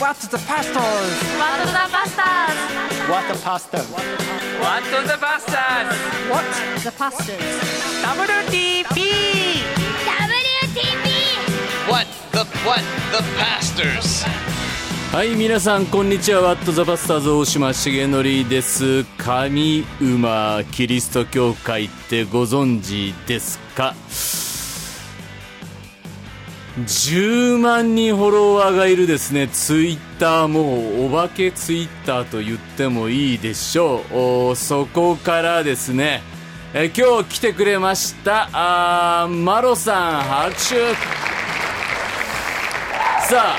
What the pastors? ワットザパスター What the pasta? What the pastors? What the pastors? WTP! WTP What the what the pastors? はい皆さんこんにちはワット・ザ・バスターズ大島重則です神馬キリスト教会ってご存知ですか10万人フォロワーがいるですねツイッターもうお化けツイッターと言ってもいいでしょうおーそこからですねえー今日来てくれましたあーマロさん拍手さ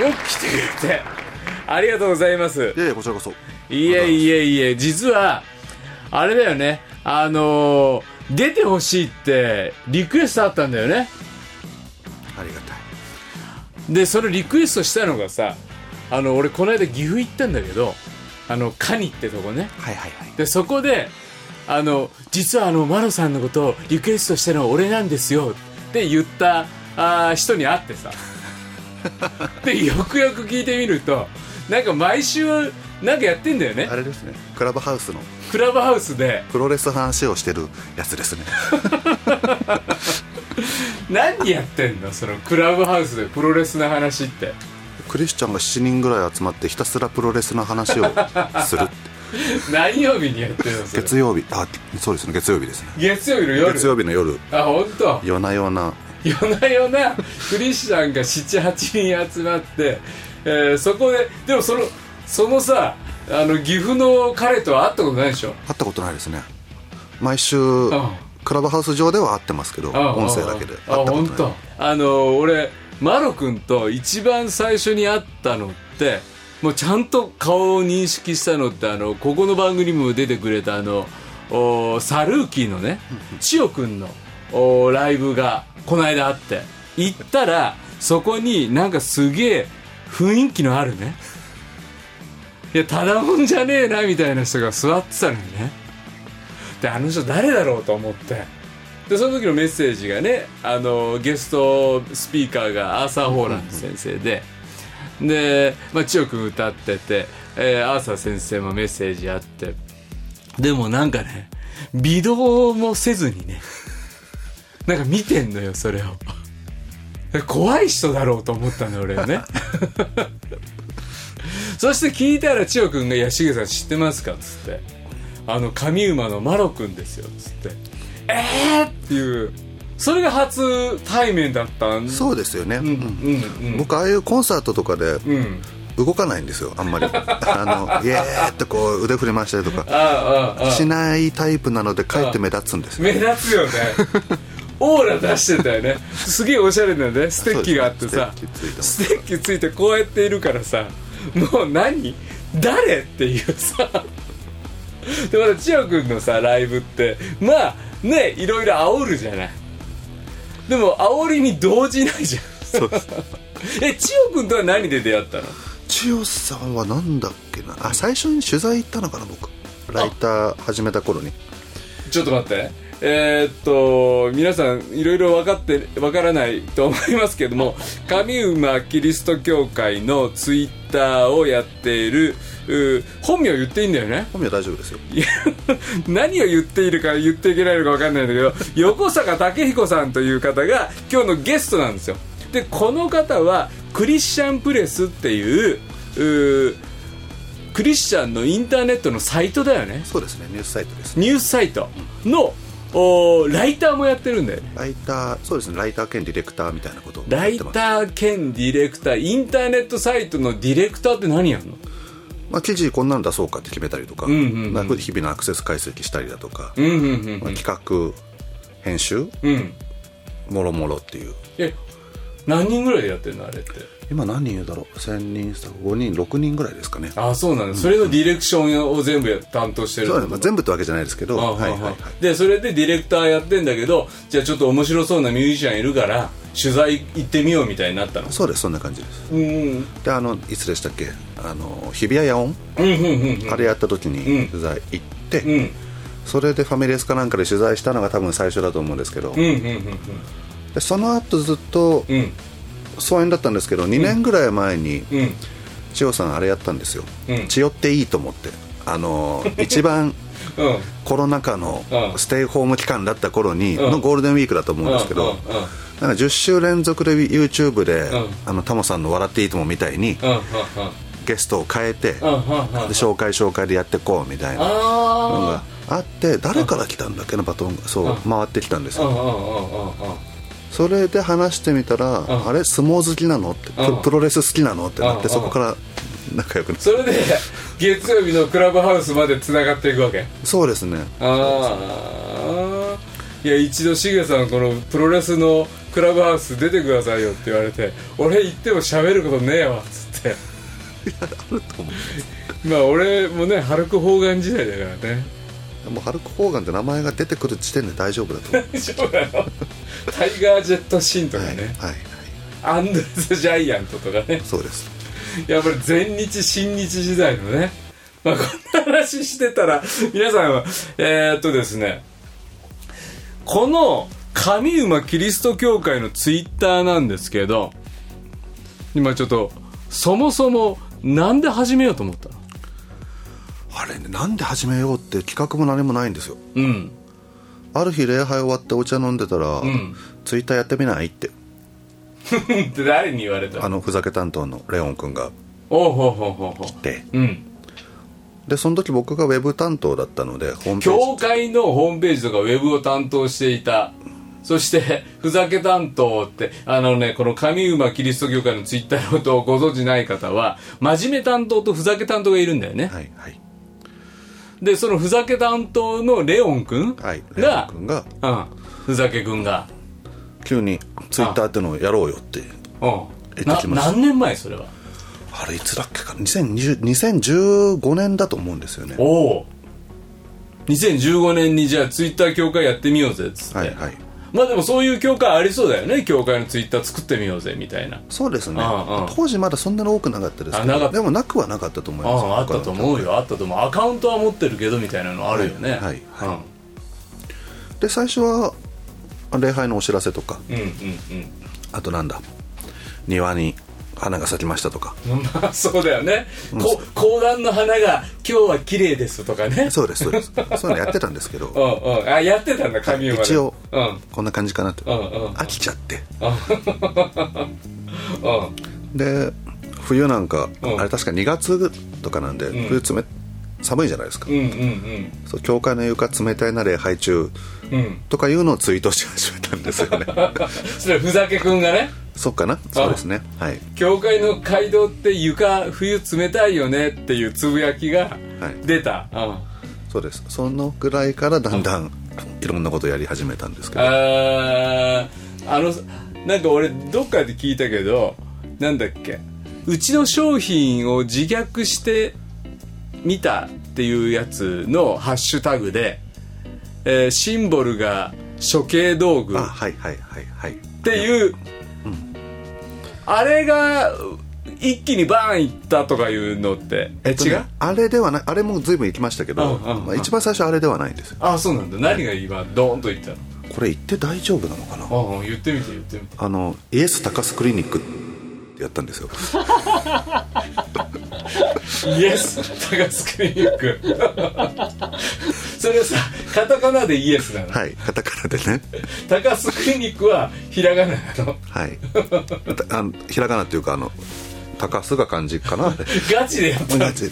あよく来てくれてありがとうございますいやいやこちらこそいえいえいえ実はあれだよねあのー出てほしいってリクエストあったんだよねありがたいでそのリクエストしたのがさあの俺この間岐阜行ったんだけどあのカニってとこねはいはいはいでそこであの実はあのマロさんのことをリクエストしたのは俺なんですよって言ったあー人に会 ってさでよくよく聞いてみるとなんか毎週なんかやってんだよねあれですねクラブハウスのクラブハウスでプロレスの話をしてるやつですね 何やってんのそのクラブハウスでプロレスの話ってクリスチャンが7人ぐらい集まってひたすらプロレスの話 をする何曜日にやってるのそれ月曜日あそうですね月曜日ですね月曜日の夜月曜日の夜あ本当。夜な夜な夜な夜なクリスチャンが78人集まって、えーそこででもそのそのさあの岐阜の彼とは会ったことないでしょ会ったことないですね毎週んクラブハウス上では会ってますけどあ音声だけであ会ったこ本とな当い。あの俺マロ君と一番最初に会ったのってもうちゃんと顔を認識したのってあのここの番組にも出てくれたあのおサルーキーのね千代君のおライブがこの間あって行ったらそこになんかすげえ雰囲気のあるねいやただもんじゃねえなみたいな人が座ってたのよねであの人誰だろうと思ってでその時のメッセージがねあのゲストスピーカーがアーサー・ホーランド先生で、で、まあ、千代君歌ってて、えーアーサー先生もメッセージあってでもなんかね微動もせずにね なんか見てんのよそれをで怖い人だろうと思ったの俺はね そして聞いたら千代君が「いやしげさん知ってますか?」っつって「あの上馬のマロ君ですよ」っつって「えー!」っていうそれが初対面だったんそうですよね、うんうんうん僕ああいうコンサートとかでうん動かないんですよあんま りあのイエーってこう腕振り回したりとかあああああしないタイプなのでかえって目立つんですよ目立つよねオーラ出してたよねすげえおしゃれなねステッキがあってさそうですねステッキついてこうやっているからさもう何誰っていうさでまた千代君のさライブってまあねいろいろ煽るじゃないでも煽りに動じないじゃんそうです え千代君とは何で出会ったの千代さんはなんだっけなあ最初に取材行ったのかな僕ライター始めた頃にちょっと待って。えーっと、皆さん、いろいろ分かって、分からないと思いますけども、神馬キリスト教会のツイッターをやっている、うー本名言っていいんだよね 本名大丈夫ですよ何を言っているか言っていけないのか分かんないんだけど、横坂武彦さんという方が今日のゲストなんですよ。で、この方は、クリスチャンプレスっていう、うークリスチャンのインターネットのサイトだよね。そうですねニュースサイトですニュースサイトの、おーライターもやってるんだよね。ライターそうですねライター兼ディレクターみたいなことをラやっイてますター兼ディレクターインターネットサイトのディレクターって何やんのまあ、記事こんなの出そうかって決めたりとか、んうんうんまあ日々のアクセス解析したりだとか、うんうんうんまあ、企画編集うんもろもろっていうえ何人ぐらいでやってんのあれって今何人いるだろう1000人スタッフ5人6人ぐらいですかねあそうなんだ、それのディレクションを全部や担当してるそうですねまあ、全部ってわけじゃないですけどあはいはいははいいでそれでディレクターやってんだけどじゃあちょっと面白そうなミュージシャンいるから取材行ってみようみたいになったのそうですそんな感じですうんうんであのいつでしたっけあの日比谷野音、うんうんうんあれやった時に取材行って、うんそれでファミレスかなんかで取材したのが多分最初だと思うんですけど、うんうんうんでその後ずっとうん疎遠だったんですけど2年ぐらい前にうん千代さんあれやったんですようん千代っていいと思ってあの ー一番うんコロナ禍のうんステイホーム期間だった頃にうんのゴールデンウィークだと思うんですけうんどうんうんなんか10週連続で YouTube でうんあのタモさんの「笑っていいとも」みたいにうんうんゲストを変えてでうんうんうん紹介紹介でやってこうみたいなのあがあって誰から来たんだっけなバトンがそうんう回ってきたんですあうんようんうんうんうんそれで話してみたらんあれ相撲好きなのってプうんプロレス好きなのってなっうんてそこから仲良くなそれで月曜日のクラブハウスまでつながっていくわけそうですねああいや一度しげさんこのプロレスのクラブハウス出てくださいよって言われて俺行っても喋ることねえわっつってまあ俺もねハルク・ホーガン時代だか らねもうハルク・ホーガンって名前が出てくる時点で大丈夫だと思う大丈夫だよタイガー・ジェット・シーンとかはい、はいね、はい、アンドレス・ジャイアントとかねそうですやっぱり前日新日時代のね、まあ、こんな話してたら皆さんはえー、っとですねこの神馬キリスト教会のツイッターなんですけど今ちょっとそもそもなんで始めようと思ったのあれねなんで始めようって企画も何もないんですようんある日礼拝終わってお茶飲んでたら、んツイッターやってみないってって誰に言われたあののふざけ担当のレオン君がおうほうほうほうほうでうんでその時僕がウェブ担当だったのでホームペ教ージ会のホームページとかウェブを担当していたそしてふざけ担当ってあのねこの上馬キリスト教会のツイッターのことをご存じない方は真面目担当とふざけ担当がいるんだよね、はいはいでそのふざけ担当のレオン君が、はいレオン君がうん、ふざけ君が、急にツイッターってのをやろうよってうん、言っなてきました何年前それはあれいつだっけか2020 2015年だと思うんですよねおお2015年にじゃあツイッター協会やってみようぜっつって、はいはいまあでもそういう協会ありそうだよね協会のツイッター作ってみようぜみたいなそうですねうんうん当時まだそんなに多くなかったですけあなかっどたでもなくはなかったと思いますあああったと思うよあったと思うアカウントは持ってるけどみたいなのあるよねはいはいはいうんで最初は礼拝のお知らせとかうんあとなんだ庭に花が咲きましたとかうんうんまあそうだよねこ講談の花が「今日は綺麗です」とかねそうですそうですそういうのやってたんですけうどんうんあやってたんだ神馬で一応うんこんな感じかなってうんうん飽きちゃってうんで冬なんかうんあれ確か2月とかなんで冬冷寒いじゃないですかうんうんそう教会の床冷たいな礼拝中うんうんとかいうのをツイートし始めたんですよ ねそれふざけくんがねそうかなそうですねはい教会の街道って床冬冷たいよねっていうつぶやきがはい出た、うんそうですそのぐらいからだんだんいろんなことやり始めたんですけどあーあのなんか俺どっかで聞いたけどなんだっけうちの商品を自虐してみたっていうやつのハッシュタグで、えーシンボルが処刑道具っあはいはいはいはいていう、あれが一気にバーンいったとかいうのってええっとね違うあれではないあれも随分行きましたけど、うんうんうんまあ、一番最初あれではないんですよあそうなんだ何が今ドーンといったのこれ行って大丈夫なのかなああ言ってみて言ってみてあのイエス高須クリニックってやったんですよイエス高須クリニックそれさカタカナでイエスなの、 はいカタカナでね高須クリニックはひらがななの はいたあのひらがなっていうかあの高須が漢字か なガチでやった同じ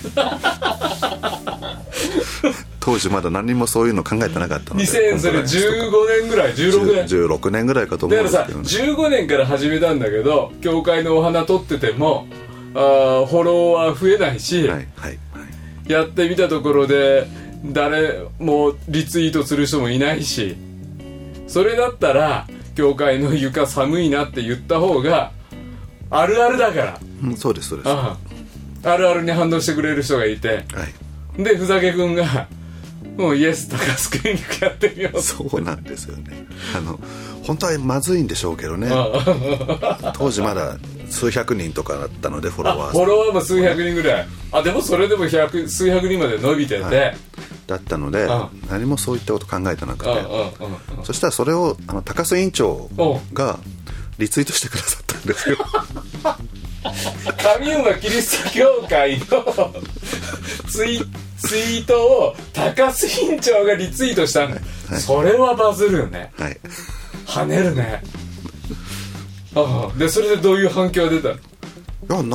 当時まだ何もそういうの考えてなかったので2015年ぐらい16年16年ぐらいかと思だうんかでらすさけどね15年から始めたんだけど教会のお花撮っててもあーフォロワー増えないし、はいはいはいやってみたところで誰もリツイートする人もいないしそれだったら教会の床寒いなって言った方があるあるだからうんそうですそうですはあああるあるに反応してくれる人がいていでふざけ君が「もうイエスとかスクリニックやってみよう」そうなんですよねあの本当はまずいんでしょうけどね当時まだ数百人とかだったのでフォロワーフォロワーも数百人ぐらいあでもそれでも100数百人まで伸びてて、はいだったのであ何もそういったこと考えてなくうんうんてうんうんそしたらそれをあの高須委員長がリツイートしてくださったんんです よ神馬キリスト教会のツイツイートを高須院長がリツイートしたんだ、それはバズるよねはい跳ねるねああでそれでどういう反響が出たのいやなん、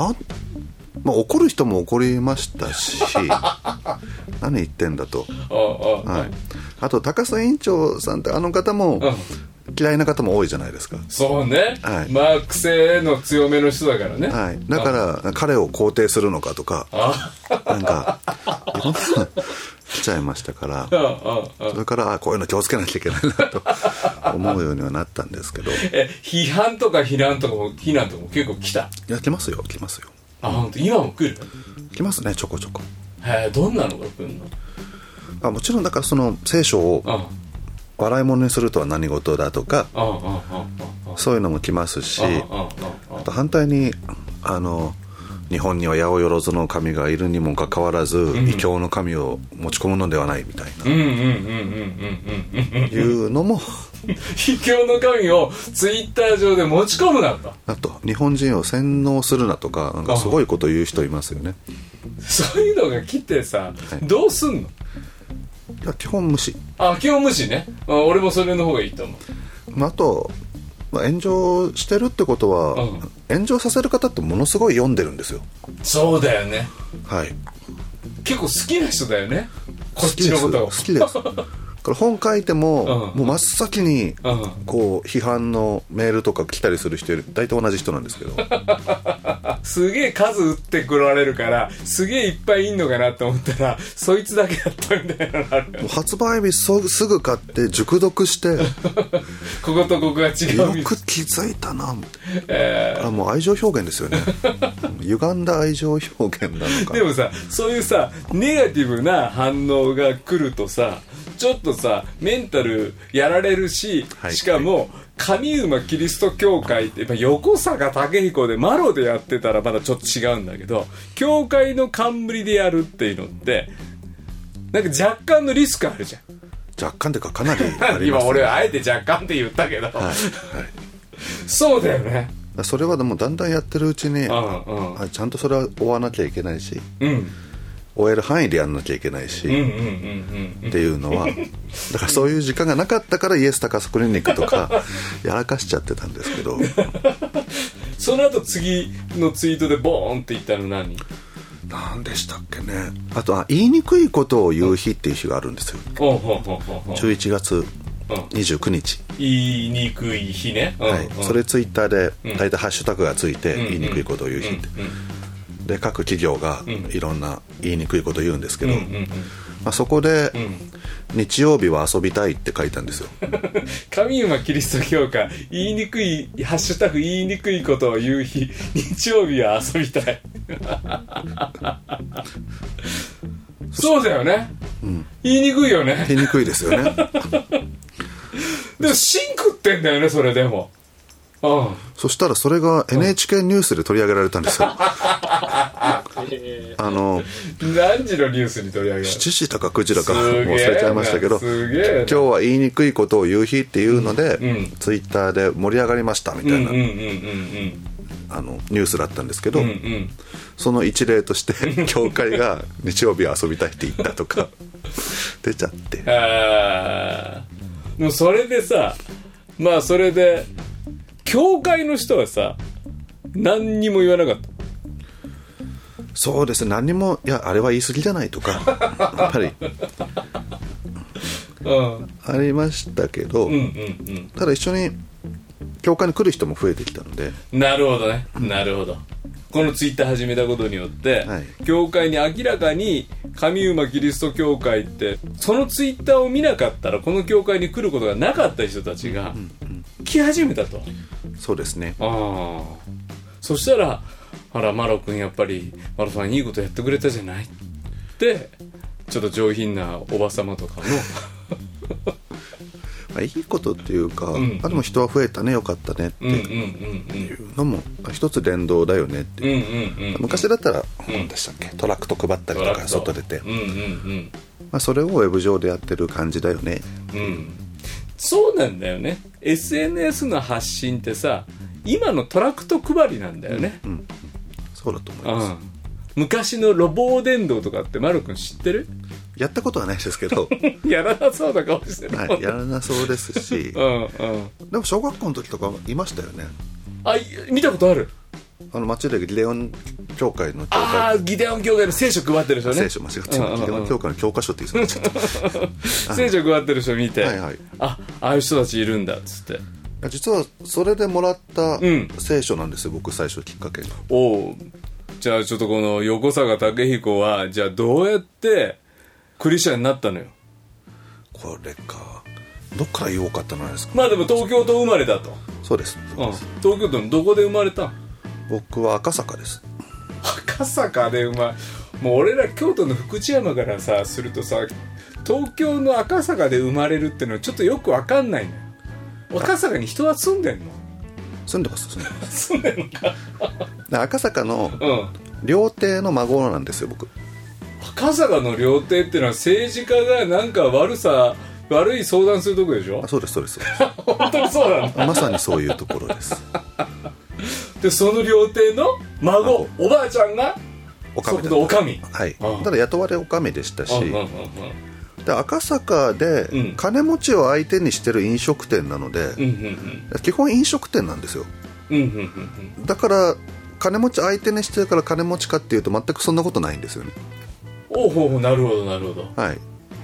まあ、怒る人も怒りました し何言ってんだと、ああああ、はい、あと高須院長さんってあの方もうん嫌いな方も多いじゃないですかそうね、はいまあ癖の強めの人だからね、はい、だから彼を肯定するのかとかあなんかいろんなの来ちゃいました からあああああそれからあこういうの気をつけなきゃいけないなと思うようにはなったんですけ どいえ批判とか非難とかも非難とかも結構来たや来ますよ来ますよあ本当今も来る来ますねちょこちょこへえどんなのが来るのあもちろんだからその聖書をああ笑い物にするとは何事だとかああああああそういうのも来ますしああああと反対にあの日本には八百万の神がいるにもかかわらず異教の神を持ち込むのではないみたいな、うんうんうんうんうんうんうんいうのも秘境の神をツイッター上で持ち込むなとあと日本人を洗脳するなとかなんかすごいこと言う人いますよねそういうのが来てさ、どうすんのいや基本無視、あ基本無視ね、あ俺もそれの方がいいと思うまあ、あと、まあ、炎上してるってことは、うん炎上させる方ってものすごい読んでるんですよそうだよねはい結構好きな人だよねこ好っきちでのすこと好をきですだから本書いても、うもうん真っ先に、うんこう批判のメールとか来たりする人より大体同じ人なんですけどすげえ数打ってこられるからすげえいっぱいいんのかなと思ったらそいつだけだったみたいなのがあ る発売日そすぐ買って熟読して よこことここが違うみたいく気づいたな、あれもう愛情表現ですよね歪んだ愛情表現なのかでもさそういうさネガティブな反応が来るとさちょっとさメンタルやられるし、はいしかも上馬キリスト教会ってやっぱ横坂武彦でマロでやってたらまだちょっと違うんだけど教会の冠でやるっていうのってなんか若干のリスクあるじゃん若干というかかなりありま今す、俺はあえて若干って言ったけど、そうだよねそれはでもだんだんやってるうちに、んうんあちゃんとそれは追わなきゃいけないしうん終える範囲でやんなきゃいけないし、うんうんうんっていうのはだからそういう時間がなかったからイエス高須クリニックと かやらかしちゃってたんですけどその後次のツイートでボーンって言ったの何何でしたっけねあとあ言いにくいことを言う日っていう日があるんですよほうほうほうほうほう11月29日、言いにくい日ね、うんはい、うんそれツイッターで大体ハッシュタグがついて言いにくいことを言う日ってで各企業がいろんな言いにくいことを言うんですけど、まあ、そこで「日曜日は遊びたい」って書いたんですよ 神馬キリスト教会言いにくいハッシュタグ言いにくいことを言う日 日曜日は遊びたい そうだよね、言いにくいよね言いにくいですよね でも芯食ってんだよねそれでもうんそしたらそれが NHK ニュースで取り上げられたんですよあの何時のニュースに取り上げる7時だか9時だかす もうげえな忘れちゃいましたけどすげえな今日は言いにくいことを言う日っていうので、うんツイッターで盛り上がりましたみたういんな、うんうんうんあのニュースだったんですけど、うんうんその一例として 教会が日曜日は遊びたいって言ったとか出ちゃってあーでもそれでさまあそれで教会の人はさ何にも言わなかったそうですね何もいやあれは言い過ぎじゃないと かやっぱりうんありましたけど、うんうんただ一緒に教会に来る人も増えてきたのでうんなるほどねなるほどこのツイッター始めたことによって、はい教会に明らかに神馬キリスト教会ってそのツイッターを見なかったらこの教会に来ることがなかった人たちが来始めたと、そうですねああそしたら「あらマロ君やっぱりマロさんいいことやってくれたじゃない」ってちょっと上品なおば様とかまあいいことっていうか、んあでも人は増えたねよかったねってのうんうんいうのも、あ一つ連動だよねっていううんうんうんうん昔だったら何でしたっけトラクト配ったりとか外出て、うんうんまあ、それをウェブ上でやってる感じだよねうんうんそうなんだよね SNS の発信ってさ今のトラクト配りなんだよね、そうだと思いうます、ん昔のロボー電動とかってマロ君知ってるやったことはないですけ ど、やらなそうな顔してる、はい、やらなそうですしうんうんでも小学校の時とかいましたよねあい見たことあるあの街でギレオン教会の教あ会あギデオン教会の聖書配ってる人ね聖書間違ってうんうんうんギレオン教会の教科書って言ってたち ょっ聖書配ってる人見て、はいはいあああいう人たちいるんだっつってと実はそれでもらったん聖書なんですよ僕最初きっかけがおうじゃあちょっとこの横坂武彦はじゃあどうやってクリスチャンになったのよこれかどっから言おうかってないですかまあでも東京都生まれだと、そうですうそうんです、東京都のどこで生まれたん僕は赤坂です赤坂で生まれもう俺ら京都の福知山からさするとさ東京の赤坂で生まれるってのはちょっとよくわかんないのよ赤坂に人は住んでんの住んでます住んでます で赤坂のうん料亭の孫なんですよ僕赤坂の料亭ってのは政治家がなんか悪さ悪い相談するとこでしょあそうですそう ですそうです本当にそうなのまさにそういうところですでその料亭の孫おばあちゃんがおそういうことおかみはいうんただ雇われおかみでしたし、うんうんうんうんで赤坂でうん金持ちを相手にしてる飲食店なので、うんうん基本飲食店なんですようんうんうんうんだから金持ち相手にしてるから金持ちかっていうと全くそんなことないんですよねおうほうほうなるほどなるほどはい、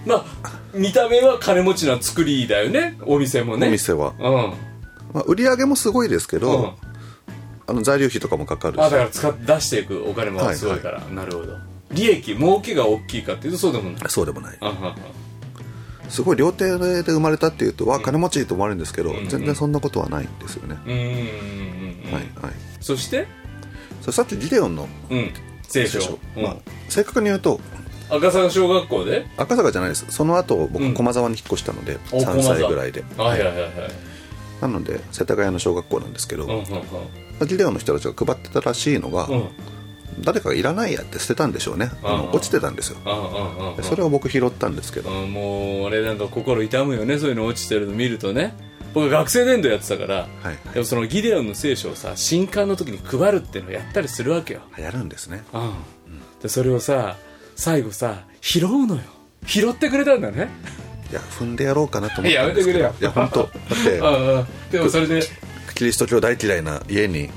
まあ見た目は金持ちな作りだよねお店もねお店は、うんまあ、売り上げもすごいですけど、うんあの材料費とかもかかるしあだから使って出していくお金もすごいから、なるほど利益儲けが大きいかっていうとそうでもないそうでもないうんうんうんすごい料亭で生まれたっていうとわ金持ちと思われるんですけど、全然そんなことはないんですよね、うーんはいはいそしてそれさっきギデオンのうん聖書うんまあ、正確に言うと赤坂小学校で赤坂じゃないですその後う僕ん駒沢に引っ越したので、お3駒沢歳ぐらいではいはいはいはいなので世田谷の小学校なんですけど、うんうんギデオンの人たちが配ってたらしいのが、うんうん誰かがいらないやって捨てたんでしょうねあうんの落ちてたんですようんうんうんでそれを僕拾ったんですけど、うん、もう俺なんか心痛むよねそういうの落ちてるの見るとね僕学生年度やってたから、はいでもそのギデオンの聖書をさ新刊の時に配るっていうのをやったりするわけよ、流行るんですねうんでそれをさ最後さ拾うのよ拾ってくれたんだね、いや踏んでやろうかなと思ったんですけどいややめてくれよ本当だってうんうんでもそれでキリスト教大嫌いな家に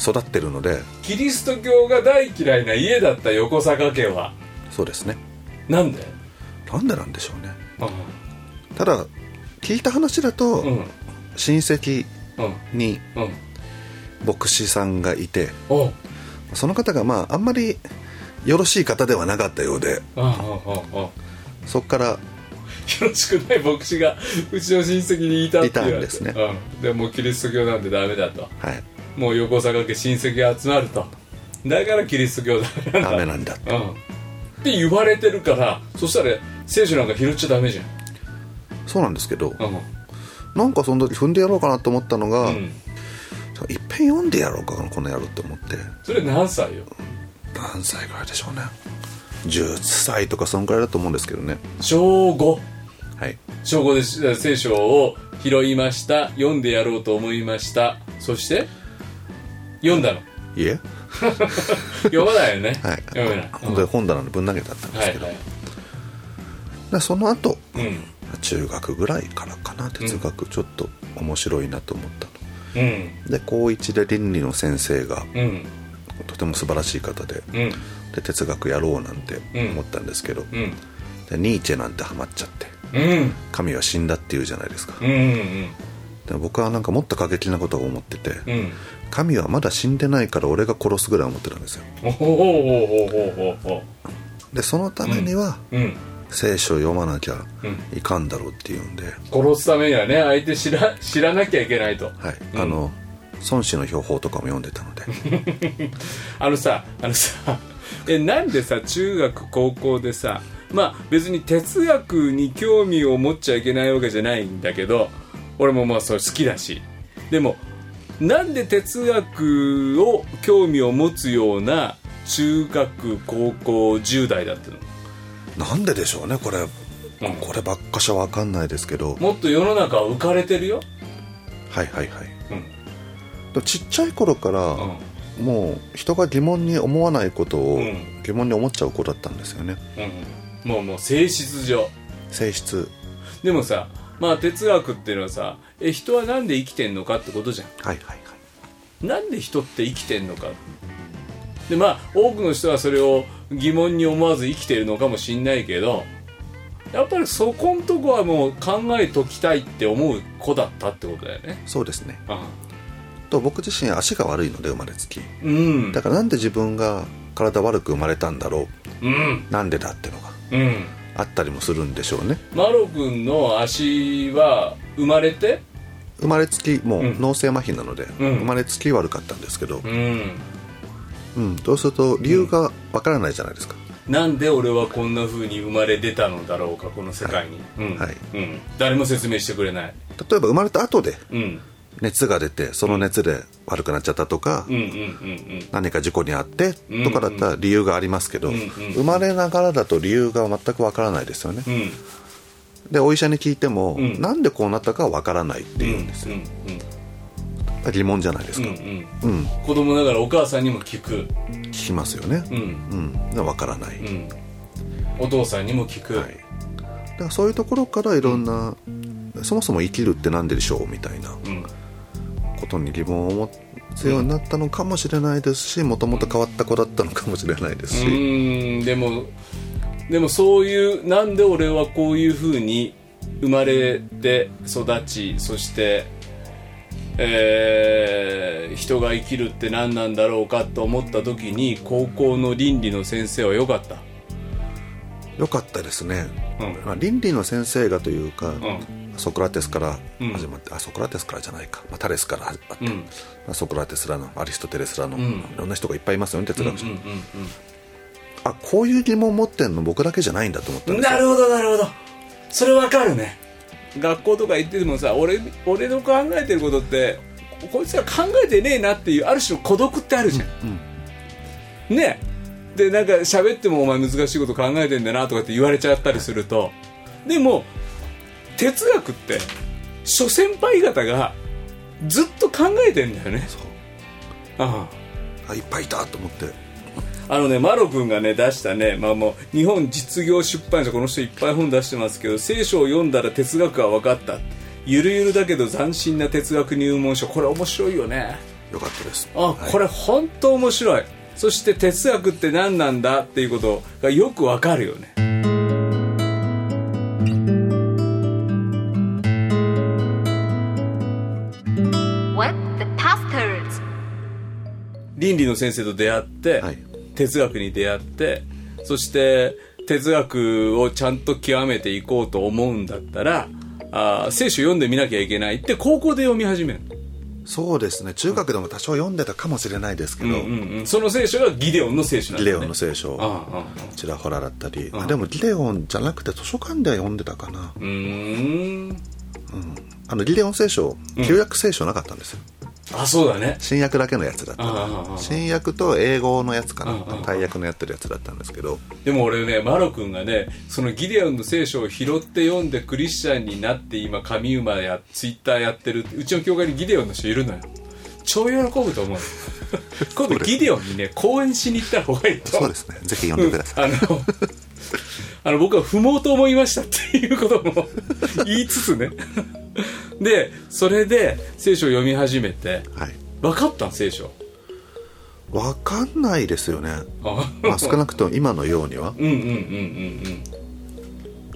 育ってるのでキリスト教が大嫌いな家だった横坂家はそうですねなんで、なんでなんでしょうねうただ聞いた話だと、ん、うんうん親戚にうん牧師さんがいておうその方がまああんまりよろしい方ではなかったようでああああああそこからよろしくない牧師がうちの親戚にいたって言われていたんですねうん、でもうキリスト教なんてダメだとはいもう横坂家親戚が集まるとだからキリスト教だダメなんだ ってうんって言われてるからそしたら聖書なんか拾っちゃダメじゃんそうなんですけどうんなんかその時踏んでやろうかなと思ったのが、うんいっぺん読んでやろうかなこの野郎って思ってそれ何歳よ何歳ぐらいでしょうね10歳とかそんぐらいだと思うんですけどね小5はい小5でし聖書を拾いました読んでやろうと思いましたそして読んだのいえ読まないよね、 はい読めない、本当に本棚にぶん投げてあったんですはけいど、はいでその後うん中学ぐらいからかな哲学ちょっと面白いなと思ったの、うんで高1で倫理の先生がうんとても素晴らしい方でうんで哲学やろうなんて思ったんですけど、うんでニーチェなんてハマっちゃってうん神は死んだっていうじゃないですか、うんうんで僕はなんかもっと過激なことを思ってて、うん神はまだ死んでないから俺が殺すぐらい思ってたんですよおほほほほほほほでそのためにはうん聖書を読まなきゃういかんだろうっていうんで、殺すためにはね相手知ら知らなきゃいけないとはいうんあの孫子の標本とかも読んでたのであのさあのさ えなんでさ中学高校でさまあ別に哲学に興味を持っちゃいけないわけじゃないんだけど俺もまあそれ好きだしでもなんで哲学を興味を持つような中学高校10代だったのなんででしょうねこれ、んこればっかしは分かんないですけどもっと世の中は浮かれてるよはいはいはい、うんでもちっちゃい頃から、もう人が疑問に思わないことをん疑問に思っちゃう子だったんですよねもうもう性質上性質でもさまあ哲学っていうのはさえ人はなんで生きてんのかってことじゃんはいはいはいなんで人って生きてんのかでまあ多くの人はそれを疑問に思わず生きてるのかもしんないけどやっぱりそこんとこはもう考えときたいって思う子だったってことだよねそうですねあと僕自身足が悪いので生まれつきうんだからなんで自分が体悪く生まれたんだろうんうなんでだってのがうんあったりもするんでしょうねマロ君の足は生まれて生まれつきもううん脳性麻痺なので、ん生まれつき悪かったんですけど、うんうん、そうすると理由がわからないじゃないですか、なんで俺はこんな風に生まれ出たのだろうかこの世界に、うんはいうん、誰も説明してくれない、例えば生まれた後でうん、熱が出てその熱で悪くなっちゃったとか、うんうんうん何か事故にあってとかだったら理由がありますけど、うんうん生まれながらだと理由が全くわからないですよねうんうんでお医者に聞いても、んなんでこうなったかわからないってうんいうんですよ、う疑問じゃないですかんうんうん、子供ながらお母さんにも聞く、聞きますよねう、んうんでわからない、うん、お父さんにも聞く、はい、だからそういうところからいろんな、そもそも生きるって何ででしょうみたいなうん、ことに疑問を持つようになったのかもしれないですしもともと変わった子だったのかもしれないですうし、ーんでもでもそういうなんで俺はこういうふうに生まれて育ちそして、えー人が生きるって何なんだろうかと思った時に高校の倫理の先生は良かった。よかったですね、うんまあ、倫理の先生がというか、んソクラテスからうん始まって、あソクラテスからじゃないか、まあ、タレスから始まって、うんまあソクラテスらのアリストテレスらの、んいろんな人がいっぱいいますよね哲学者、うんあこういう疑問持ってんの僕だけじゃないんだと思ったんですよなるほどなるほどそれわかるね学校とか行っててもさ俺俺の考えてることってここいつら考えてねえなっていうある種の孤独ってあるじゃん、ねでなんか喋ってもお前難しいこと考えてんだなとかって言われちゃったりするとでも哲学って諸先輩方がずっと考えてんだよねそうあああいっぱいいたと思ってあのね、マロ君がね、出したね、まあもう、日本実業出版社、この人いっぱい本出してますけど、聖書を読んだら哲学が分かった。ゆるゆるだけど斬新な哲学入門書。これ面白いよね。よかったですあ、はいこれ本当面白い。そして哲学って何なんだっていうことがよくわかるよね。 What the pastors? 倫理の先生と出会って、はい哲学に出会ってそして哲学をちゃんと極めていこうと思うんだったらあー聖書読んでみなきゃいけないって高校で読み始める、そうですね中学でも多少読んでたかもしれないですけど、うんうん、その聖書がギデオンの聖書なんギレだよオンねの聖書ああああちらほらだったり、あでもギレオンじゃなくて図書館では読んでたかな、うーんあのギレオン聖書旧約聖書なかったんですよ、あそうだね新約だけのやつだったああああな新約と英語のやつかあああなあ大役のやってるやつだったんですけどでも俺ねマロ君がねそのギデオンの聖書を拾って読んでクリスチャンになって今神馬やツイッターやってるうちの教会にギデオンの人いるのよ超喜ぶ と思う今度ギデオンにね講演しに行った方がいいとそ思ううですねぜひ読んでください、あのあの僕は不毛と思いましたっていうことも 言いつつねでそれで聖書を読み始めてはい分かったん聖書わかんないですよねあ まあ少なくとも今のようにはうんうんうんう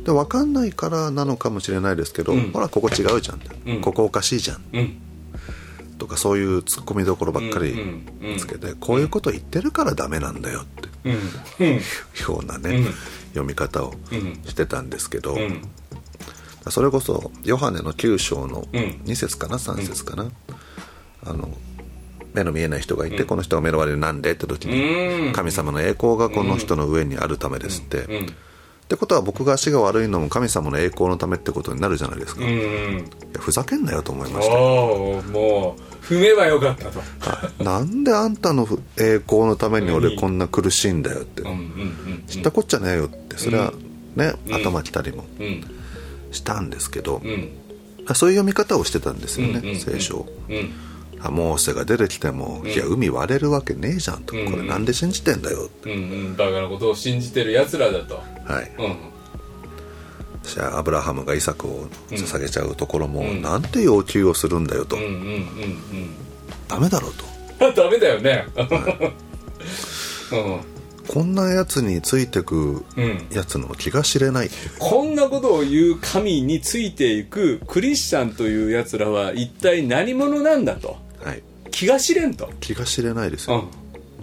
んでわかんないからなのかもしれないですけど、ほらここ違うじゃん、んここおかしいじゃんうんうんとかそういうツッコミどころばっかりうんうんつけて、こういうこと言ってるからダメなんだよってうんうんようなね、読み方をんしてたんですけど、んそれこそヨハネの9章のん2節かな3節かな、あの目の見えない人がいて、この人が目の悪いなんでって時に、 うん神様の栄光がこの人の上にあるためですって、うんってことは僕が足が悪いのも神様の栄光のためってことになるじゃないですか、ういんうんやふざけんなよと思いましたおおもう踏めばよかったとなんであんたの栄光のために俺こんな苦しいんだよって、うんうん知ったこっちゃねえよってそれはね、頭きたりもうんうんしたんですけど、うんそういう読み方をしてたんですよね、うんうんうん聖書をうんあモーセが出てきても、いや海割れるわけねえじゃんと、うんこれなんで信じてんだよって、うんうんバカなことを信じてる奴らだとはい、うん そしたらアブラハムがイサクを捧げちゃうところも、なんて要求をするんだよと、うんうんうんダメだろうとうんダメだよねこんなやつについてくうんうんやつの気が知れない、こんなことを言う神についていくクリスチャンという奴らは一体何者なんだとはい、気が知れんと気が知れないですうよ、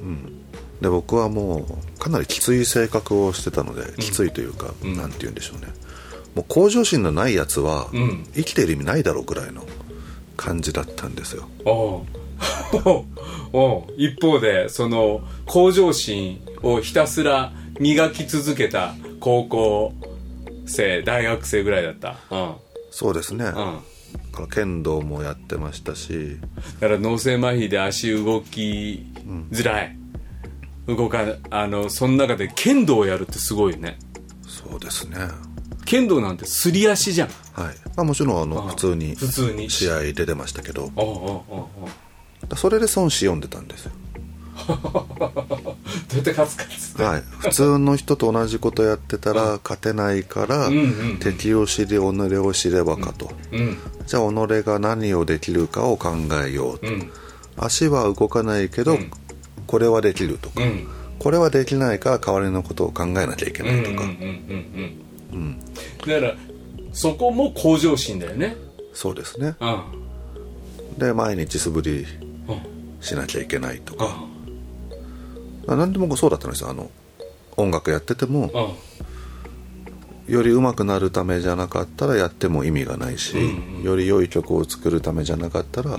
んで僕はもうかなりきつい性格をしてたのできついというか、なんて言うんでしょうねもう向上心のないやつは、ん生きてる意味ないだろうぐらいの感じだったんですよおうおう一方でその向上心をひたすら磨き続けた高校生大学生ぐらいだったうんそうですね、うんだから剣道もやってましたしだから脳性麻痺で足動きづらい、動かあのその中で剣道をやるってすごいよねそうですね剣道なんてすり足じゃんはい、まあ、もちろんあのあ普通に普通に試合出てましたけどおうおうおうおうそれで孫子読んでたんですよどうやって勝つかっつってはい、普通の人と同じことやってた ら勝てないから、んうん敵を知り己を知ればかと、うんじゃあ己が何をできるかを考えようと、ん足は動かないけど、これはできるとか、うんこれはできないから代わりのことを考えなきゃいけうなんいとか、うんうんうんうんだからそこも向上心だよねそうですねうんうんで毎日素振りうんしなきゃいけないとか、何でもそうだったんですよあの音楽やってても、うんより上手くなるためじゃなかったらやっても意味がないし、より良い曲を作るためじゃなかったら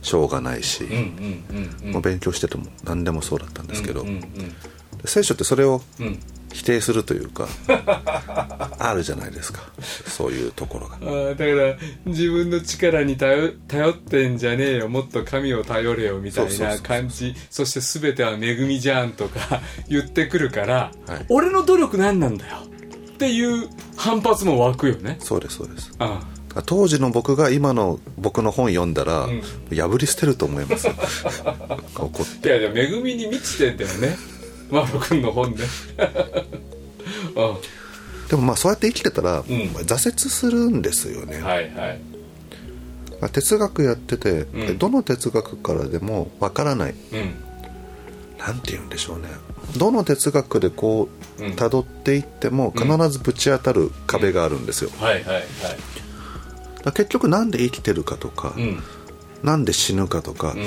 しょうがないし、うんうんうんもう勉強してても何でもそうだったんですけど、うんで聖書ってそれをん否定するというか、 あるじゃないですかそういうところがあーだから自分の力に頼頼ってんじゃねえよもっと神を頼れよみそたういそうそうなそう感じそして全ては恵みじゃんとか 言ってくるから、はい俺の努力何なんだよっていう反発も湧くよねそうですそうですあ当時の僕が今の僕の本読んだら、ん破り捨てると思います 怒っあいやいや恵みに満ちてんだよね マロ君の本で うでもまあそうやって生きてたら、ん挫折するんですよねんはいはいまあ哲学やってて、んどの哲学からでもわからないうんなんて言うんでしょうねどの哲学でこううん辿っていっても必ずぶち当たる壁があるんですよ、はいはいはいだから結局なんで生きてるかとか、うんなんで死ぬかとか、ん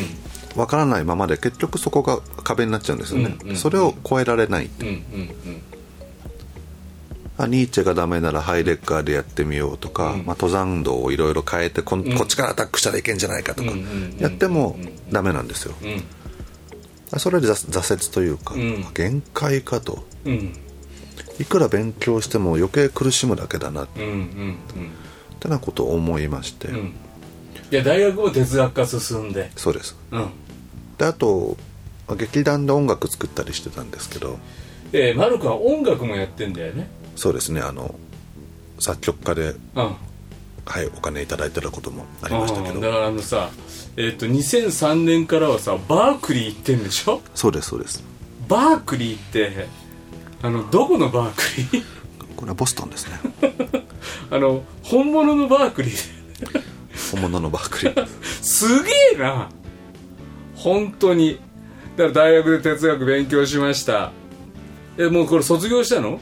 わからないままで結局そこが壁になっちゃうんですよね、うんうんそれを超えられないうんうんあニーチェがダメならハイデッカーでやってみようとか、まあ、登山道をいろいろ変えてこんこっちからアタックしたらいけんじゃないかとか、うんうんうんやってもダメなんですよ、うんそれで挫挫折というか、ん限界かとうんうんいくら勉強しても余計苦しむだけだなっうんうんうんてなことを思いまして、んいや大学も哲学科進んでそうですうんであと劇団で音楽作ったりしてたんですけどえー、マルクは音楽もやってんだよねそうですねあの作曲家で、うんはい、お金いただいてることもありましたけうんだどからあのさえっ、と2003年からはさバークリー行ってんでしょそうですそうですバークリーってあのどこのバークリー これはボストンですねあの本物のバークリー本物のバークリーすげえな本当にだから大学で哲学勉強しましたえもうこれ卒業したの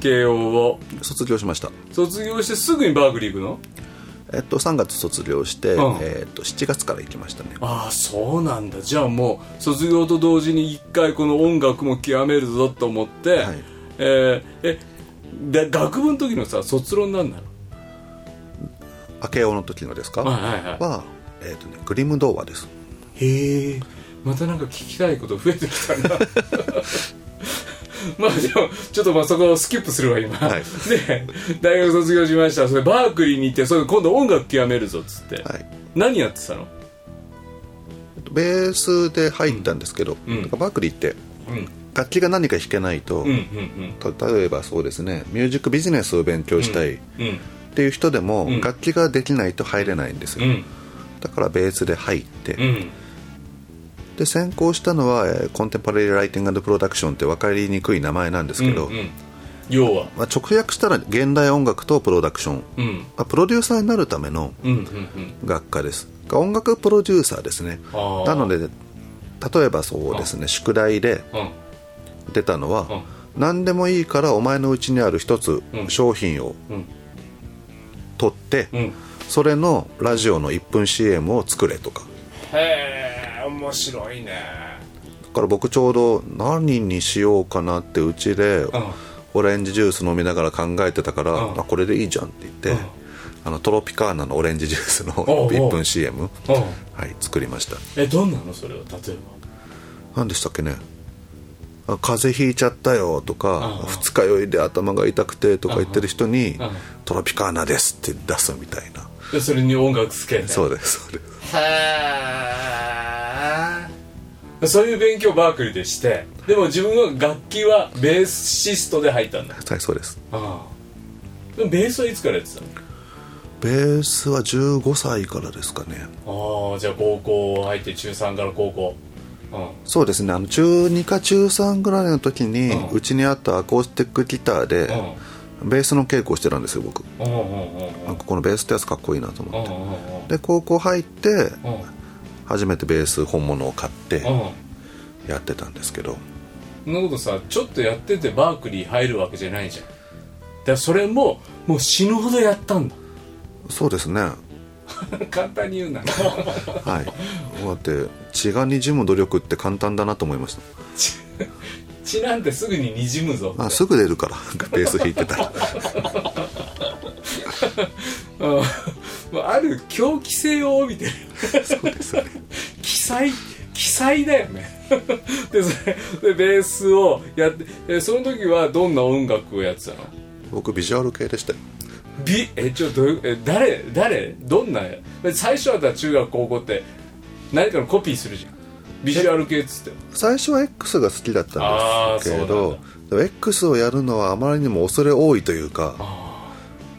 慶応を卒業しました卒業してすぐにバークリー行くのえっと3月卒業して、うんえっと7月から行きましたねああそうなんだじゃあもう卒業と同時に一回この音楽も極めるぞと思って、はいえーえで学部の時のさ卒論なんだろ明けおの時のですかはいはいはいは、えっとね、グリム童話ですへえまたなんか聞きたいこと増えてきた なまあでもちょっとまあそこをスキップするわ今、はいで大学卒業しましたそれバークリーに行ってそれ今度音楽極めるぞっつって、はい何やってたのベースで入ったんですけど、うんなんかバークリーってうん楽器が何か弾けないと、うんうんた例えばそうですねミュージックビジネスを勉強したいっうんうんていう人でも、ん楽器ができないと入れないんですうよ、んだからベースで入って、うんで先行したのは、えーコンテンポラリー・ライティングプロダクションって分かりにくい名前なんですけど、うん要はまあ、直訳したら現代音楽とプロダクション、うんまあ、プロデューサーになるためのうんうんうん学科ですが音楽プロデューサーですねあーなので例えばそうですね宿題でうん出たのは何でもいいからお前のうちにある一つうん商品をうん取ってうんそれのラジオの1分 CM を作れとかへえ面白いねだから僕ちょうど何にしようかなってうちでんオレンジジュース飲みながら考えてたからうんあこれでいいじゃんって言ってあのトロピカーナのオレンジジュースのおう1分 CM うんはい作りましたえどんなのそれは例え何でしたっけねあ風邪ひいちゃったよとかうん二日酔いで頭が痛くてとか言ってる人にん「トロピカーナです」って出すみたいなばでそれに音楽つけてそうですそうですへえそういう勉強をバークリーでしてでも自分は楽器はベーシストで入ったんだはいそうですああでもベースはいつからやってたベースは15歳からですかねのああじゃあ高校入って中3から高校うんそうですねあの中2か中3ぐらいの時にうんうちにあったアコースティックギターでベースの稽古をしてたんですよ僕うんうんうんうんあこのベースってやつかっこいいなとう思んってうんうんで高校入ってうん初めてベース本物を買ってうんやってたんですけどそんなことさちょっとやっててバークリー入るわけじゃないじゃんだからそれももう死ぬほどやったんだそうですね簡単に言うなはい、だって血がにじむ努力って簡単だなと思いまし 血なんてすぐににじむぞたあすぐ出るからベース弾いてたらうん もうある狂気性を帯びてるそうですね奇才奇才だよねでそれでベースをやってえその時はどんな音楽をやってたの僕ビジュアル系でしたよビえちょどういうえ誰誰どんな最初はだから中学高校って何かのコピーするじゃんビジュアル系っつって最初は X が好きだったんですけれあーそうどでも X をやるのはあまりにも恐れ多いというか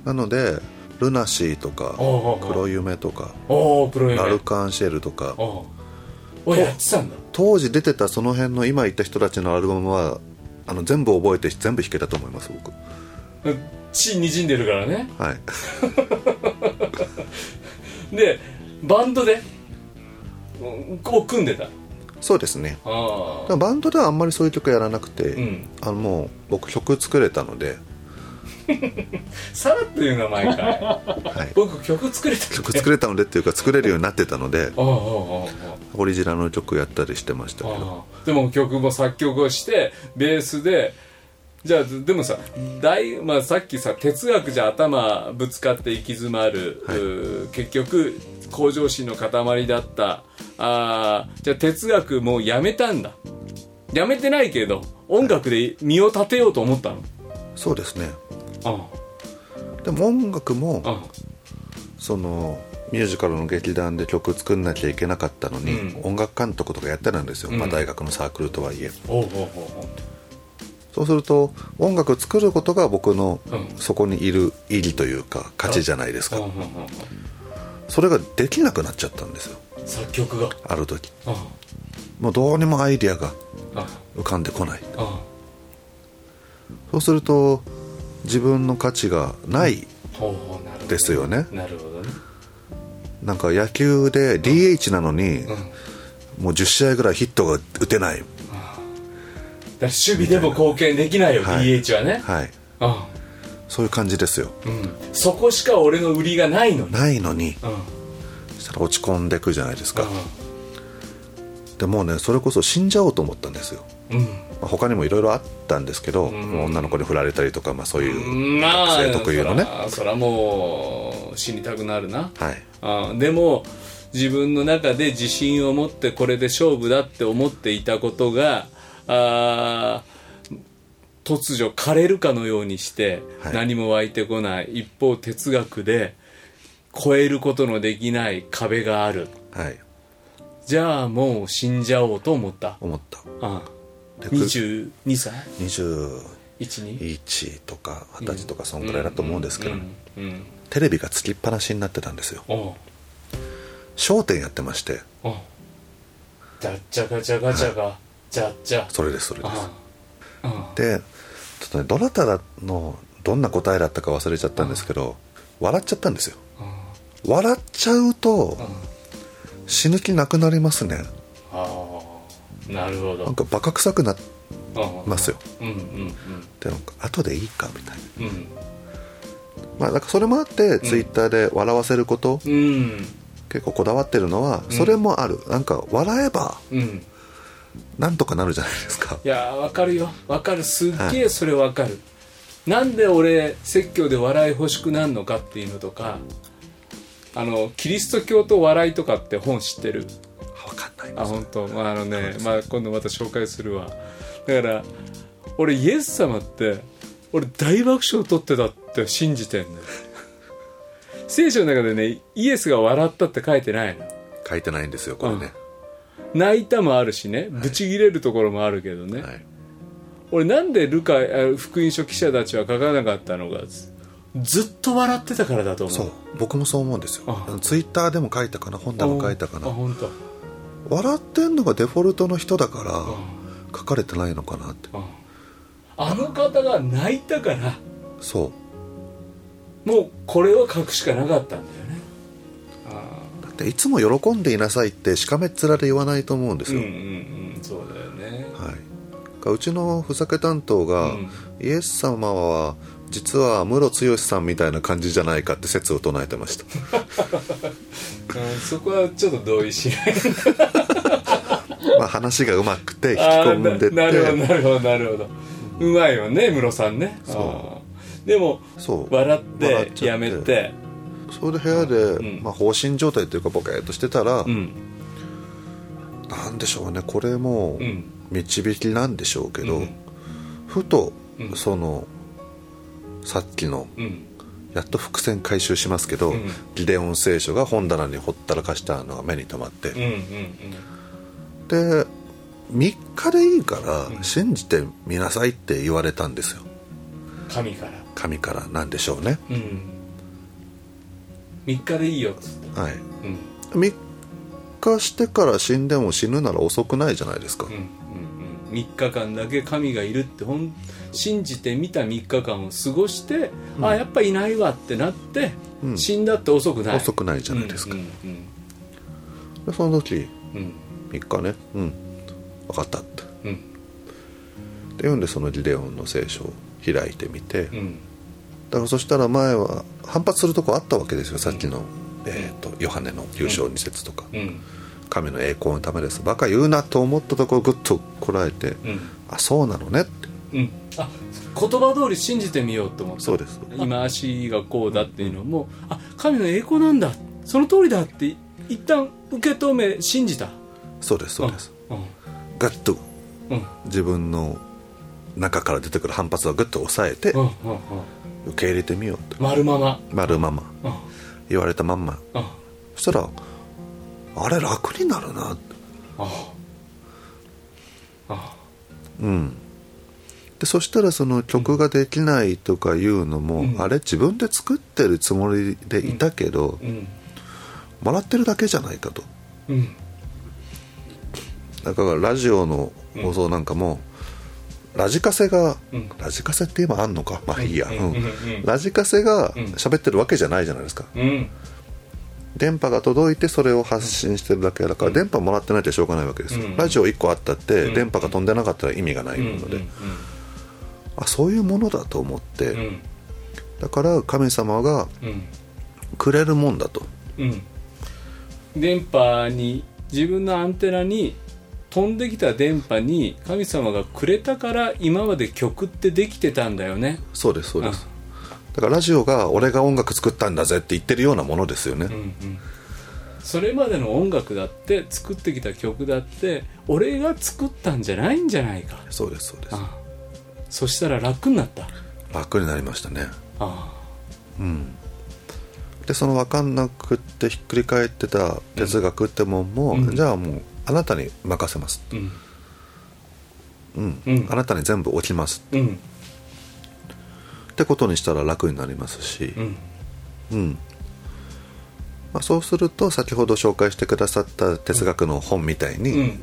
なのでルナシーとかおうおうおう黒夢とかおおプロ野球ラルカンシェルとかおうおやってたんだ当時出てたその辺の今言った人たちのアルバムはあの全部覚えて全部弾けたと思います僕血にじんでるからね はいでバンドでうんこう組んでたあそうですねあだからバンドではあんまりそういう曲やらなくて、んあのもう僕曲作れたので、さらっと言う名前かいはい、僕曲作れた曲作れたのでっていうか作れるようになってたの でああああオリジナルの曲やったりしてましたけあどああでも曲も作曲をしてベースでじゃあでもさ大、まあ、さっきさ哲学じゃ頭ぶつかって行き詰まる、うー結局向上心の塊だったあーじゃあ哲学もうやめたんだやめてないけど音楽で身を立てようと思ったの、そうですねあでも音楽もああそのミュージカルの劇団で曲作んなきゃいけなかったのに、うん音楽監督とかやってたんですよ、んまあ、大学のサークルとはいえおうおうおうおうそうすると音楽作ることが僕のうんそこにいる意義というか価値じゃないですああかああそれができなくなっちゃったんですよあ作曲がある時あもうどうにもアイディアがああ浮かんでこないああそうすると自分の価値がないほうほうなるほどですよねなるほどねなんか野球で DH なのに、もう10試合ぐらいヒットが打てない、だから守備でも貢献できないよ、はい DH はね、はい、うそういう感じですよんうん、そこしか俺の売りがないのに、ないのにうんうん、そしたら落ち込んでくじゃないですか、でもうねそれこそ死んじゃおうと思ったんですよ、うんまあ他にもいろいろあったんですけど、もう女の子に振られたりとか、まあ、そういう、まあ学生特有のねそらそらもう死にたくなるな、はいあでも自分の中で自信を持ってこれで勝負だって思っていたことがあー突如枯れるかのようにしてはい何も湧いてこない、一方哲学で超えることのできない壁があるはいじゃあもう死んじゃおうと思った思ったあで22歳21 12とか二十歳とかそんぐらいだと思うんですけど、うんテレビがつきっぱなしになってたんですよおう商店やってましてじゃっちゃかちゃかちゃかじゃっちゃそれですそれですあでちょっとねどなただのどんな答えだったか忘れちゃったんですけど笑っちゃったんですよ笑っちゃうと死ぬ気なくなりますねあーなるほなどんかバカ臭くなりうんますようんうんでなんか後でいいかみたいなうんまあなんかそれもあってツイッターで笑わせることうんうん結構こだわってるのはそれもあるなんか笑えばうんなんとかなるじゃないですかいやーわかるよわかるすっげえそれわかる、なんで俺説教で笑い欲しくなんのかっていうのとかあのキリスト教と笑いとかって本知ってる分かんないあ本当まああのね、まあ、今度また紹介するわだから俺イエス様って俺大爆笑を取ってたって信じてんのよ聖書の中でねイエスが笑ったって書いてないの書いてないんですよこれね、泣いたもあるしねブチギレるところもあるけどね、はい、俺なんでルカあ福音書記者たちは書かなかったのかずずっと笑ってたからだと思うそう僕もそう思うんですよツイッターでも書いたかな本でも書いたかあな本当。笑ってんのがデフォルトの人だから書かれてないのかなってあの方が泣いたからそうもうこれは書くしかなかったんだよねだっていつも喜んでいなさいってしかめっ面で言わないと思うんですよ、んうんそうだよねはい、かうちのふざけ担当が、んイエス様は実はムロツヨシさんみたいな感じじゃないかって説を唱えて ましたうんそこはちょっと同意しないまあ話がうまくて引きあー込んでっななるほどてなるほどなるほどうまいよねムロさんねそうでもそう笑っ笑てっちゃやめてそれで部屋で、んまあ、放心状態というかボケーっとしてたら、うんなんでしょうねこれもうん導きなんでしょうけど、うんふと、うんそのさっきのうんやっと伏線回収しますけど、うんギデオン聖書が本棚にほったらかしたのが目に留まって、うんうんで3日でいいから信じてみなさいって言われたんですようん神から神からなんでしょうねうん3日でいいよっつってはいうん3日してから死んでも死ぬなら遅くないじゃないですか、うんうんうん3日間だけ神がいるってほん信じてみた3日間を過ごして、あやっぱいないわってなって、ん死んだって遅くない遅くないじゃないですか、でその時うんうん3日ねうん分かったってうんうんで読んでそのギデオンの聖書を開いてみて、うんうんだからそしたら前は反発するとこあったわけですよさっきの、えー、とヨハネの優勝2節とか、うん神の栄光のためですバカ言うなと思ったところをグッとこらえて、うんあそうなのねってうんあ言葉通り信じてみようと思ってそうです今足がこうだっていうのも、あ神の栄光なんだその通りだって一旦受け止め信じたそうですそうですうガッとんうん自分の中から出てくる反発をグッと抑えてうんうんうん受け入れてみようと丸まま丸ままうん言われたまんまうんそしたらあれ楽になるなってああうんでそしたらその曲ができないとかいうのも、んあれ自分で作ってるつもりでいたけど、うんもらってるだけじゃないかとうんだからラジオの放送なんかも、ラジカセが、んラジカセって今あんのかまあいいや、うんうんうんうんラジカセがん喋ってるわけじゃないじゃないですか、うん電波が届いてそれを発信してるだけだから、電波もらってないとしょうがないわけですよ、うんラジオ1個あったって、電波が飛んでなかったら意味がないもので、あそういうものだと思って、うんだから神様がうんくれるもんだとうん電波に自分のアンテナに飛んできた電波に神様がくれたから今まで曲ってできてたんだよねそうですそうです、だからラジオが俺が音楽作ったんだぜって言ってるようなものですよね、それまでの音楽だって作ってきた曲だって俺が作ったんじゃないんじゃないかそうですそうですあそしたら楽になった楽になりましたねあでその分かんなくってひっくり返ってた哲学ってもんも、じゃあもうあなたに任せます、うんうんうんあなたに全部置きますうんってことにしたら楽になりますしうんうん、まあ、そうすると先ほど紹介してくださった哲学の本みたいに、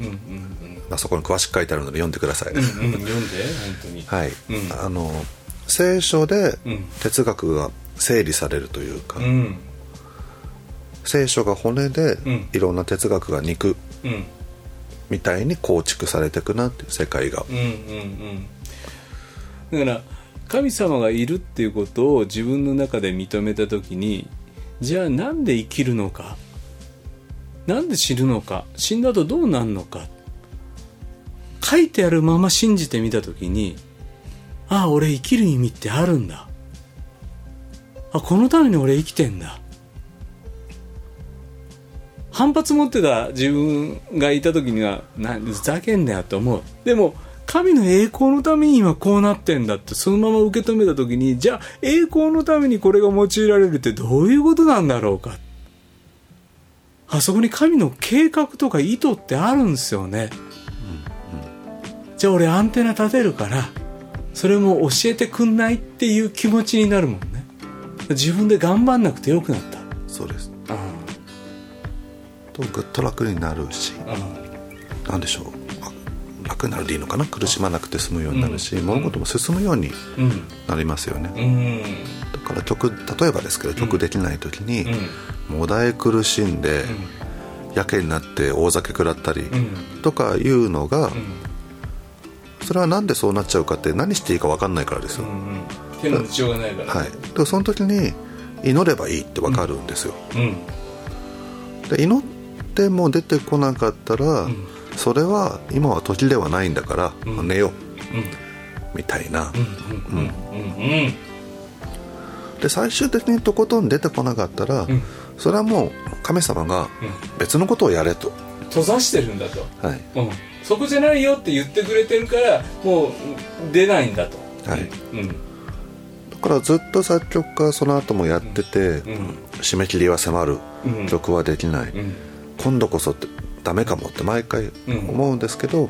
まあ、そこに詳しく書いてあるので読んでください、うん、読んで本当にはい、あの聖書で哲学が整理されるというか、うん聖書が骨でんいろんな哲学が肉うんみたいに構築されていくなっていう世界が、うんうんだから神様がいるっていうことを自分の中で認めた時にじゃあなんで生きるのかなんで死ぬのか死んだ後どうなんのか書いてあるまま信じてみた時にああ俺生きる意味ってあるんだあこのために俺生きてんだ反発持ってた自分がいた時にはなふざけんなよと思うでも神の栄光のために今こうなってんだってそのまま受け止めた時にじゃあ栄光のためにこれが用いられるってどういうことなんだろうかあそこに神の計画とか意図ってあるんですよね、じゃあ俺アンテナ立てるからそれも教えてくんないっていう気持ちになるもんね自分で頑張んなくてよくなったそうですとグッと楽になるし、なんでしょうあ楽になるでいいのかな苦しまなくて済むようになるし、物事も進むようになりますよね、うんだから曲例えばですけど曲できない時に、もだえ苦しんで、やけになって大酒食らったりとかいうのが、それはなんでそうなっちゃうかって何していいか分かんないからですよ、手の打ちようがないからはい、でもその時に祈ればいいって分かるんですよ、うんで祈っても出てこなかったら、それは今は時ではないんだから、寝よう、みたいな、で最終的にとことん出てこなかったら、それはもう神様が別のことをやれと、閉ざしてるんだとはいうんそこじゃないよって言ってくれてるからもう出ないんだとはい、うんだからずっと作曲家はその後もやってて、締め切りは迫る、曲はできない、今度こそってダメかもって毎回思うんですけど、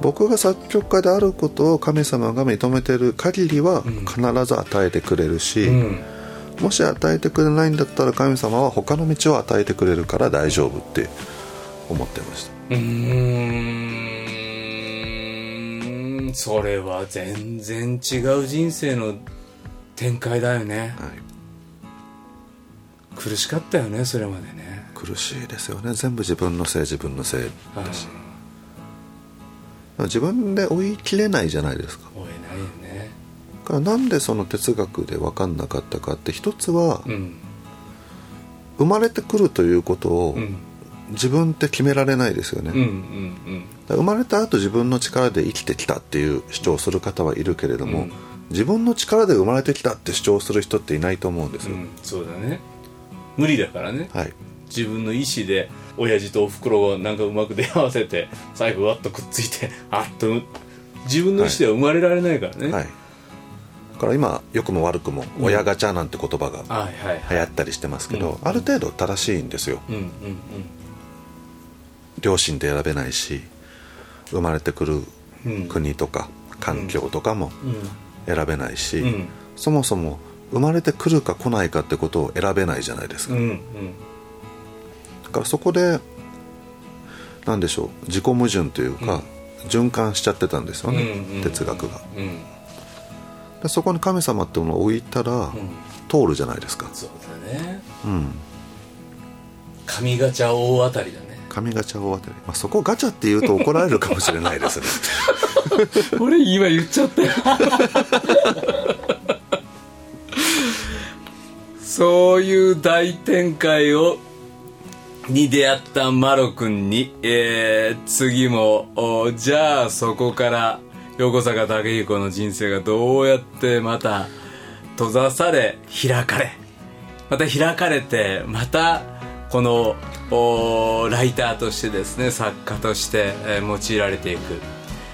僕が作曲家であることを神様が認めてる限りは必ず与えてくれるし、もし与えてくれないんだったら神様は他の道を与えてくれるから大丈夫って思ってましたうーんそれは全然違う人生の展開だよね、はい苦しかったよねそれまでね苦しいですよね全部自分のせい自分のせいだし自分で追い切れないじゃないですか追えないよねだからなんでその哲学で分かんなかったかって一つは、ん生まれてくるということを、自分って決められないですよね、うんうんだから生まれた後自分の力で生きてきたっていう主張をする方はいるけれども、自分の力で生まれてきたって主張する人っていないと思うんですうよ、ん、うん、そうだね無理だからねはい自分の意思で親父とおふくろをなんかうまく出会わせて最後わっとくっついて あっと自分の意思では生まれられないからね、はいだから今良くも悪くも親ガチャなんて言葉がはいはいはい流行ったりしてますけど、ある程度正しいんですよ、うんうん両親で選べないし生まれてくる国とか環境とかも選べないし、んそもそも生まれてくるか来ないかってことを選べないじゃないですか、うんうんだからそこで何でしょう自己矛盾というか、循環しちゃってたんですよね、哲学が、でそこに神様ってものを置いたら、通るじゃないですかそうだねうん神ガチャ大当たりだね神ガチャを当てる、まあ、そこガチャって言うと怒られるかもしれないです ね俺今言っちゃったよそういう大展開をに出会ったマロ君に、えー次もおじゃあそこから横坂武彦の人生がどうやってまた閉ざされ開かれまた開かれてまたこのおライターとしてですね作家として、えー用いられていく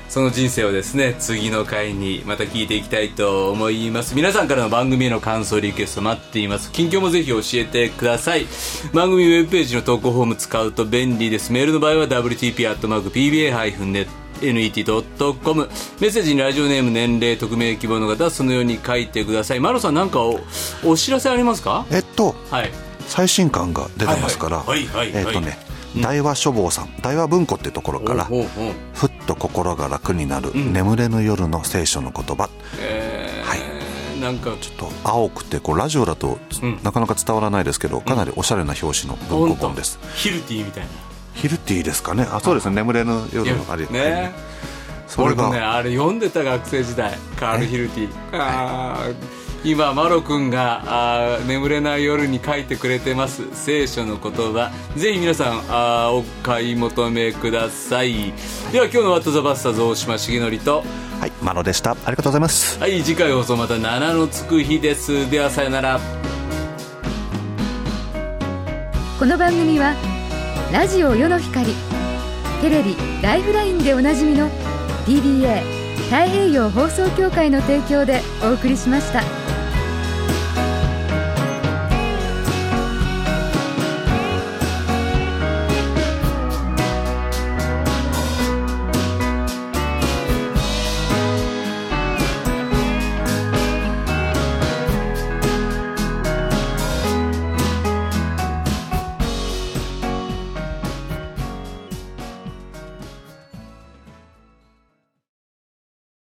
その人生をですね次の回にまた聞いていきたいと思います皆さんからの番組への感想リクエスト待っています近況もぜひ教えてください番組ウェブページの投稿フォーム使うと便利ですメールの場合は wtp.pba-net net.com メッセージにラジオネーム年齢匿名希望の方はそのように書いてくださいマロさん何かおお知らせありますかえっとはい最新刊が出てますからはいはいはいはえいっとね大和書房さん大和文庫ってところからほうほうふっと心が楽になる眠れぬ夜の聖書の言葉はいなんかちょっと青くてこうラジオだとつなかなか伝わらないですけどかなりおしゃれな表紙のと文庫本ですほんとヒルティみたいなヒルティですかねあそうですね眠れぬ夜のあれねそ俺れもねがあれ読んでた学生時代カール・ヒルティあー今マロ君があー眠れない夜に書いてくれてます聖書の言葉ぜひ皆さんあーお買い求めくださいでは今日の「ワット・ザ・バスターズ」大島重則とはいマロでしたありがとうございますはい次回放送また7のつく日ですではさよならこの番組はラジオ世の光テレビ「ライフライン」でおなじみの TBA 太平洋放送協会の提供でお送りしました。